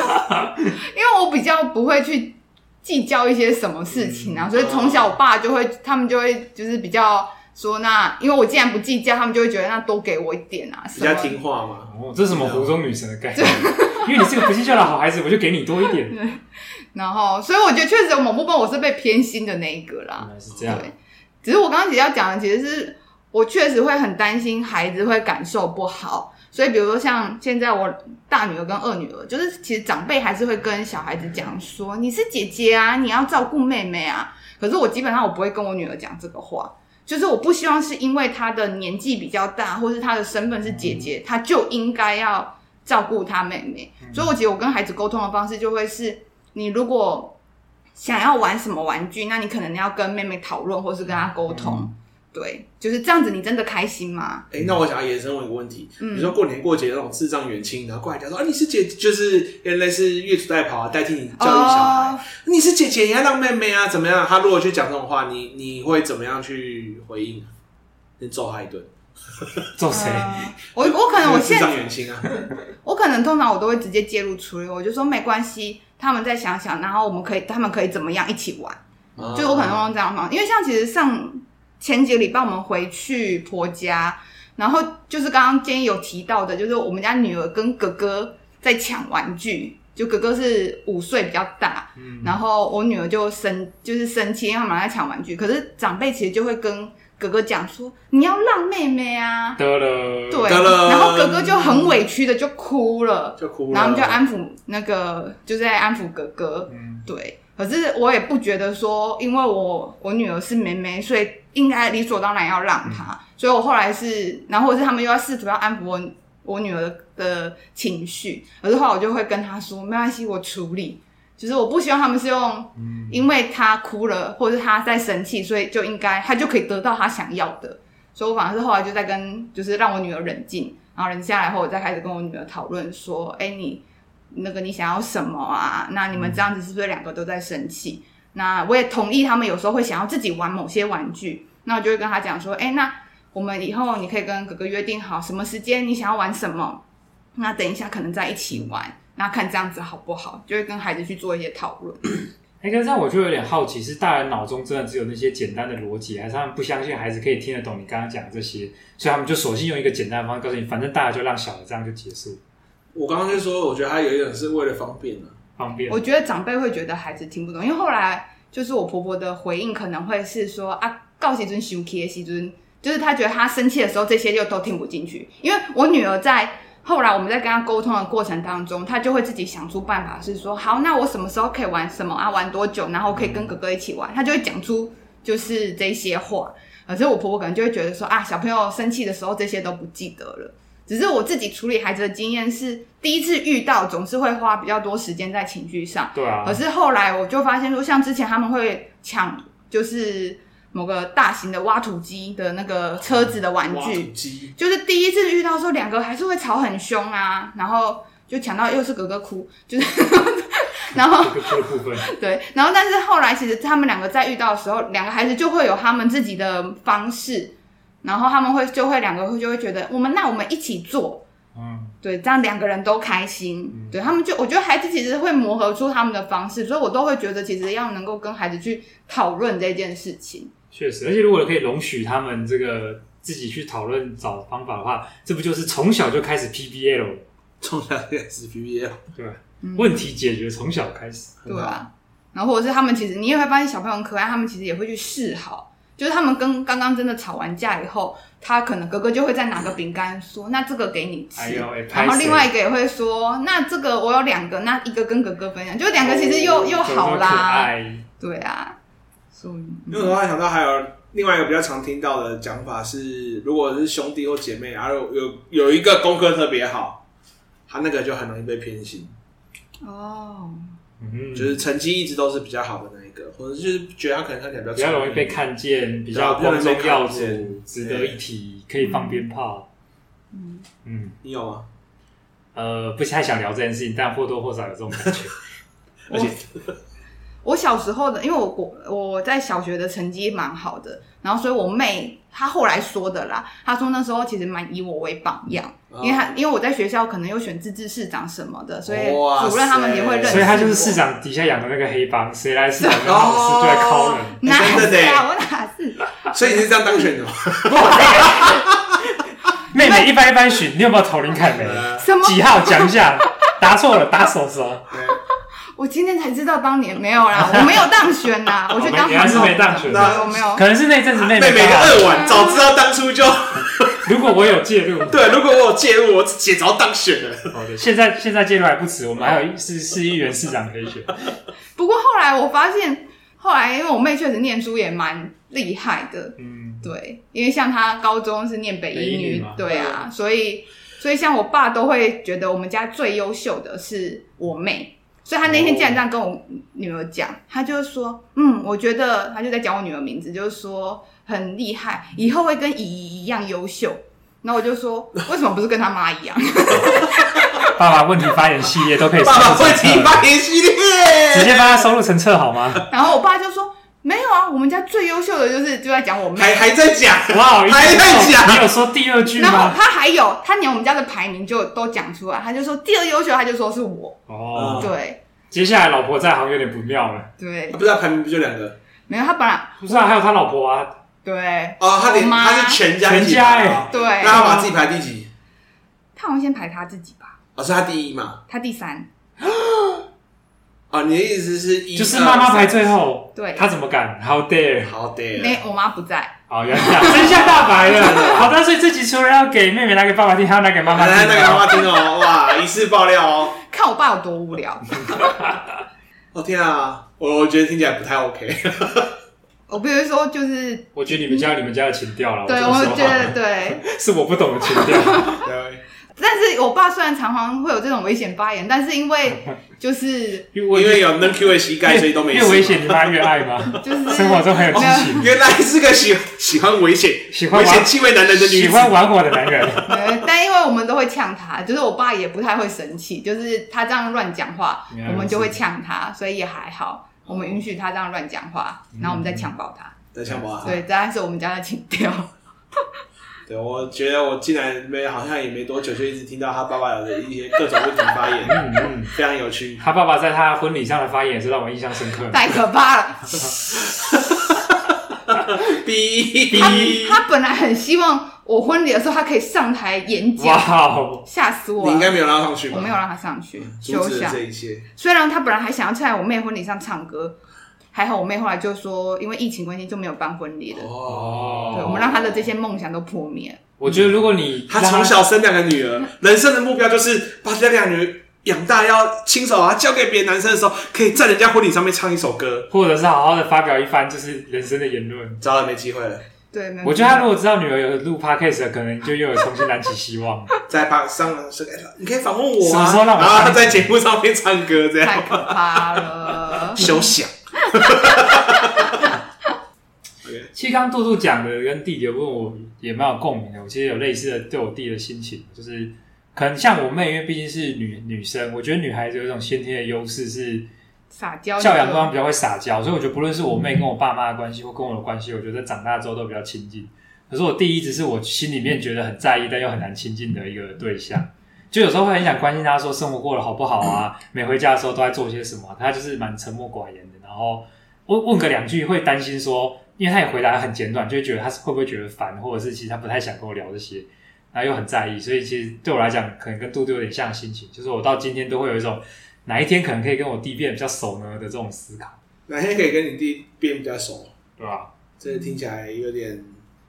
我比较不会去计较一些什么事情啊，所以从小我爸就会，他们就会就是比较说那，因为我既然不计较，他们就会觉得那多给我一点啊，比什较么听话吗？哦，这是什么湖中女神的概念？因为你是个不计较的好孩子，我就给你多一点。原然后，所以我觉得确实某部分我是被偏心的那一个啦。来是这样，对，只是我刚刚姐要讲的，其实是我确实会很担心孩子会感受不好，所以比如说像现在我大女儿跟二女儿，就是其实长辈还是会跟小孩子讲说你是姐姐啊，你要照顾妹妹啊。可是我基本上我不会跟我女儿讲这个话，就是我不希望是因为她的年纪比较大，或是她的身份是姐姐，她就应该要照顾她妹妹。嗯所以我觉得我跟孩子沟通的方式就会是，你如果想要玩什么玩具，那你可能要跟妹妹讨论，或是跟她沟通。嗯对，就是这样子，你真的开心吗？哎、那我想要延伸问一个问题，嗯你说过年过节那种智障远亲，然后过来讲说啊你是姐，就是呃原来是越俎代庖啊，代替你教育小孩，哦你是姐姐，你要让妹妹啊，怎么样？他如果去讲这种话，你你会怎么样去回应？啊你揍他一顿，揍谁？呃我我可能我智现障远亲啊，我可能通常我都会直接介入处理，我就说没关系，他们再想想，然后我们可以他们可以怎么样一起玩， 嗯就是我可啊能会用这样的方法，因为像其实上前几个礼拜我们回去婆家，然后就是刚刚建议有提到的，就是我们家女儿跟哥哥在抢玩具，就哥哥是五岁比较大，嗯然后我女儿就生就是生气，因为他们俩在抢玩具，可是长辈其实就会跟哥哥讲说你要让妹妹啊，得了，对，得了然后哥哥就很委屈的就哭了，就哭了，啊然后我们就安抚那个，就是在安抚哥哥，嗯，对。可是我也不觉得说，因为我我女儿是妹妹，所以应该理所当然要让嗯她。所以我后来是，然后或者是他们又要试图要安抚我我女儿的情绪，可是后来我就会跟她说，没关系，我处理。就是我不希望他们是用，嗯因为她哭了，或者是她在生气，所以就应该她就可以得到她想要的。所以我反而是后来就在跟，就是让我女儿冷静，然后冷静下来后，我再开始跟我女儿讨论说，哎、你那个你想要什么啊？那你们这样子是不是两个都在生气？那我也同意他们有时候会想要自己玩某些玩具，那我就会跟他讲说，哎、那我们以后你可以跟哥哥约定好什么时间你想要玩什么，那等一下可能在一起玩，那看这样子好不好？就会跟孩子去做一些讨论。哎，跟这样我就有点好奇，是大人脑中真的只有那些简单的逻辑，还是他们不相信孩子可以听得懂你刚刚讲的这些，所以他们就索性用一个简单的方式告诉你，反正大人就让小的这样就结束，我刚刚就说，我觉得他有一点是为了方便啊，方便。我觉得长辈会觉得孩子听不懂，因为后来就是我婆婆的回应可能会是说啊，告时尊休气的时尊，就是她觉得她生气的时候，这些就都听不进去。因为我女儿在后来我们在跟她沟通的过程当中，她就会自己想出办法，是说好，那我什么时候可以玩什么啊，玩多久，然后可以跟哥哥一起玩，她就会讲出就是这些话。可是我婆婆可能就会觉得说啊，小朋友生气的时候这些都不记得了。只是我自己处理孩子的经验是，第一次遇到总是会花比较多时间在情绪上。对啊可，是后来我就发现说，像之前他们会抢，就是某个大型的挖土机的那个车子的玩挖土具，机，就是第一次遇到说两个还是会吵很凶啊，然后就抢到又是哥哥哭，就是 然后 这个这个部分，对，然后但是后来其实他们两个在遇到的时候，两个孩子就会有他们自己的方式，然后他们会就会两个会就会觉得我们那我们一起做，嗯，对，这样两个人都开心。嗯对他们就，我觉得孩子其实会磨合出他们的方式，所以我都会觉得其实要能够跟孩子去讨论这件事情。确实，而且如果可以容许他们这个自己去讨论找方法的话，这不就是从小就开始 PBL 重量也是 PBL，对吧？嗯问题解决从小开始，很对好啊，然后或者是他们其实你也会发现小朋友很可爱，他们其实也会去示好，就是他们跟刚刚真的吵完架以后，他可能哥哥就会再拿个饼干说：“那这个给你吃。哎呦，哎然后另。拍谁外一个也会说：“那这个我有两个，那一个跟哥哥分享，就两个其实哦又、又好怎么那么嗯可啦。爱”对啊，所以嗯因为我还想到还有另外一个比较常听到的讲法是，如果是兄弟或姐妹，然后有有有一个功课特别好，他那个就很容易被偏心，哦，嗯，就是成绩一直都是比较好的那一个，或者就是觉得他可能看起来比较比较容易聪被明看见，比对啊较光宗耀比较容易被看祖，见值得一提，可以放鞭炮。嗯。嗯，你有吗？呃，不太想聊这件事情，但或多或少有这种感觉。 而且我小时候的，因为我国我在小学的成绩蛮好的，然后所以我妹她后来说的啦，她说那时候其实蛮以我为榜样，啊因为她因为我在学校可能又选自治市长什么的，所以哇主任他们也 会认识哦所以他就是我市。长底下养的那个黑帮，谁来市长干好事就来敲人。哪真是的啊？呢我哪是？ 啊所以你是这样当选的 吗？ 妹妹一般一般许，你有没有投林凯梅？啊什么？几号讲一下？答错了，打手手。我今天才知道当年没有啦，我没有当选啦，我去当原来哦是没当选对我没有。可能是那阵子妹妹妹妹刚的好。二晚，早知道当初就，如果我有介入 对。如果我有介入，我姐早当选了。好的，现在现在介入还不迟，我们还有市市议员、市长可以选。不过后来我发现，后来因为我妹确实念书也蛮厉害的，嗯，对，因为像他高中是念北一北一女女嘛，对啊，所以所以像我爸都会觉得我们家最优秀的是我妹，所以他那天竟然这样跟我女儿讲，他就说，嗯，我觉得他就在讲我女儿名字，就是说很厉害，以后会跟姨姨一样优秀。然后我就说，为什么不是跟他妈一样？ 爸爸问题发言系列都可以收爸入爸成会册提了，发言系直列，接把它收入成册好 吗？然后我爸就说，没有啊，我们家最优秀的就是就在讲我妹。还还在讲，啊不好意思，还在讲你有说第二句然后吗？他还有，他连我们家的排名就都讲出来，他就说第二优秀，他就说是我，哦，对接下来老婆在好像有点不妙了。对，不知道排名不就两个没有，他本来不是啊，还有他老婆啊，对哦，他我连妈他是全家一起全家排欸哦对，那他把自己排第几？他好像先排他自己吧，哦，是他第一嘛？他第三，哦，你的意思是一就是妈妈排最？后，对，他怎么敢？How dare！二三好的，没我妈不在，好，哦原来这样真相大白了。 好的，所以这集除了要给妹妹拿给爸爸听，还要拿给妈妈听来来，那个妈哦。妈听哦，哇，一次爆料哦！看我爸有多无聊。哦天啊，我我觉得听起来不太 OK。 我比如说就是，我觉得你们家有你们家的情调了，对这我么说觉好得了对， 是我不懂的情 调。对但是我爸虽然常常会有这种危险发言，但是 因为就是因因为有 n Q 的膝盖，所以都没越 事越危险，你妈越爱 吗？就是生活中很有激情。啊原来是个喜喜欢危险、喜欢危玩险气味男人的女喜子。欢玩火的男人，对，但因为我们都会呛他，就是我爸也不太会生气，就是他这样乱讲话原来如，此 我们就会呛他，所以也还好，我们允许他这样乱讲话，嗯然后我们再呛爆他。在想啊吧，对，这还是我们家的情调。对，我觉得我进来没好像也没多久，就一直听到他爸爸的一些各种问题发言，嗯 嗯，非常有趣。他爸爸在他婚礼上的发言也是让我印象深 刻。太可怕了！哔他哔，他本来很希望我婚礼的时候他可以上台演讲，哇哦，吓死我你了！应该没有拉上去吧？嗯我没有让他上去，阻休止了想这。一切。虽然他本来还想要在我妹婚礼上唱歌，还好我妹后来就说，因为疫情关系就没有办婚礼了，哦，对我们让她的这些梦想都破灭了。我觉得如果你他让从小生两个女儿，人生的目标就是把这两个女儿养大，要亲手把她交给别的男生的时候，可以在人家婚礼上面唱一首歌。或者是好好的发表一番就是人生的言论。糟了，没机会了，对，没 有我觉得他如果知道女儿有录 podcast，了可能就又有重新燃起希望。 在把上了说，哎你可以访问我什啊，么时候让我然后他上在节目上面唱歌这太样，。可怕了休想。其实刚刚杜杜讲的跟弟弟的部分，我也蛮有共鸣的。我其实有类似的对我弟的心情，就是可能像我妹，因为毕竟是女女生，我觉得女孩子有一种先天的优势是撒娇教养方面比较会撒娇，所以我觉得不论是我妹跟我爸妈的关系，或跟我的关系，我觉得长大之后都比较亲近。可是我弟一直是我心里面觉得很在意，但又很难亲近的一个对象。就有时候会很想关心他，说生活过得好不好啊？每回家的时候都在做些什么啊、他就是蛮沉默寡言的，然后问问个两句会担心说，因为他也回答很简短，就会觉得他是会不会觉得烦，或者是其实他不太想跟我聊这些，然后又很在意。所以其实对我来讲，可能跟杜杜有点像的心情，就是我到今天都会有一种哪一天可能可以跟我弟变得比较熟呢的这种思考，哪天可以跟你弟变比较熟？对吧、这听起来有点，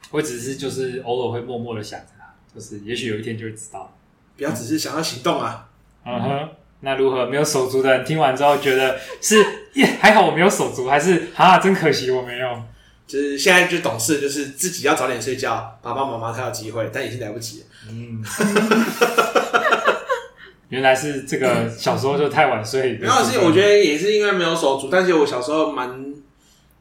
我只是就是偶尔会默默的想着他，就是也许有一天就会知道。不要只是想要行动啊。嗯哼，那如何没有手足的人听完之后觉得是 耶，还好我没有手足，还是啊真可惜我没有。就是现在就懂事，就是自己要早点睡觉，爸爸妈妈才有机会，但已经来不及了。嗯， 原来是这个小时候就太晚睡。然后是我觉得也是因为没有手足，但是我小时候蛮，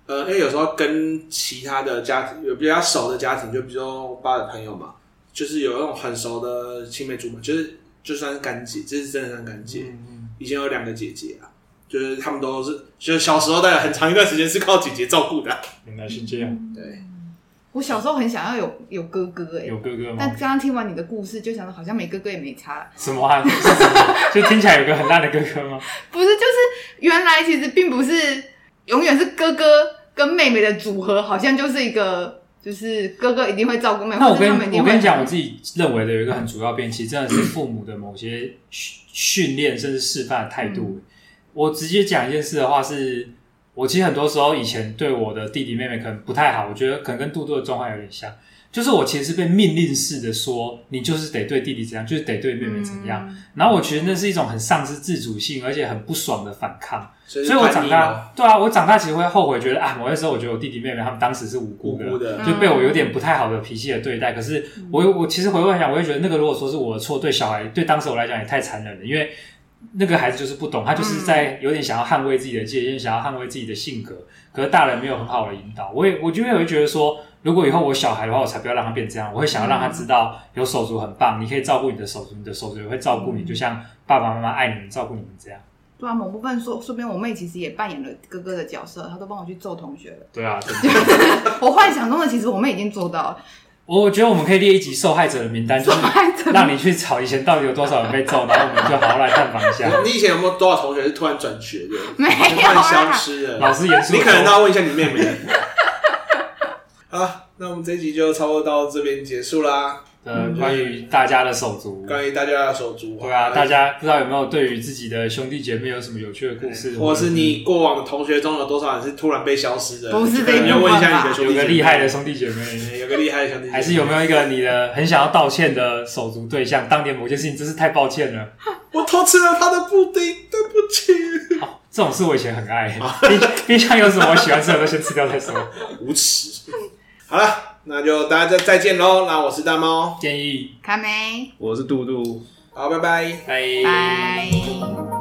呃，因为有时候跟其他的家庭有比较熟的家庭，就比如说我爸的朋友嘛，就是有那种很熟的青梅竹马，就是就算是干姐，这是真的算干姐。嗯嗯以前有两个姐姐啊，就是他们都是，就是小时候大概很长一段时间是靠姐姐照顾的啊。嗯原来是这样，对，我小时候很想要有有哥哥哎、有哥哥但吗？刚刚听完你的故事，就想到好像没哥哥也没差。什么啊？是什么就听起来有个很烂的哥哥吗？不是，就是原来其实并不是永远是哥哥跟妹妹的组合，好像就是一个就是哥哥一定会照顾妹妹，那我或者跟他们一定我会嗯跟你讲，我自己认为的有一个很主要变，其实真的是父母的某些训训练甚至示范的态度。嗯我直接讲一件事的话是，我其实很多时候以前对我的弟弟妹妹可能不太好，我觉得可能跟杜杜的状况有点像，就是我其实是被命令式的说，你就是得对弟弟怎样，就是得对妹妹怎样。嗯然后我觉得那是一种很丧失自主性，而且很不爽的反抗。所以是所以我叛长逆哦咯大，对啊，我长大其实会后悔，觉得啊，某些时候我觉得我弟弟妹妹他们当时是无辜的，无辜的就被我有点不太好的脾气的对待。可是我我其实回过来想，我会觉得那个如果说是我的错，对小孩对当时我来讲也太残忍了，因为那个孩子就是不懂，他就是在有点想要捍卫自己的界限，想要捍卫自己的性格。可是大人没有很好的引导，我也我就会觉得说，如果以后我小孩的话，我才不要让他变这样，我会想要让他知道有手足很棒，你可以照顾你的手足，你的手足也会照顾你，就像爸爸妈妈爱你们、照顾你们这样。对啊，某部分说，说不定我妹其实也扮演了哥哥的角色，她都帮我去揍同学了。对啊，真的。我幻想中的其实我妹已经做到了， 我觉得我们可以列一集受害者的名单，就受害是 者让你去找以前到底有多少人被揍，然后我们就好好来探访一下。 你以前有没有多少同学是突然转学的？没有啊突然消失的？老师严肃你地可能都说，要问一下你妹妹。 好啦，那我们这一集就差不多到这边结束啦。呃，关于大家的手足，关于大家的手足，对啊，大家不知道有没有对于自己的兄弟姐妹有什么有趣的故事，或是你过往的同学中有多少人是突然被消失的？不是可能这一要部问分一下你吧的兄有弟姐个妹厉害的，兄弟姐妹，嗯有个厉害的兄弟姐妹，还是有没有一个你的很想要道歉的手足对象？当年某件事情真是太抱歉了，我偷吃了他的布丁，对不起，这种事我以前很 爱。冰冰箱有什么我喜欢吃的都先吃掉再说。无耻。好了，那就大家再再见喽。那我是大猫， 建议，卡梅，我是杜杜。好，拜拜。拜拜。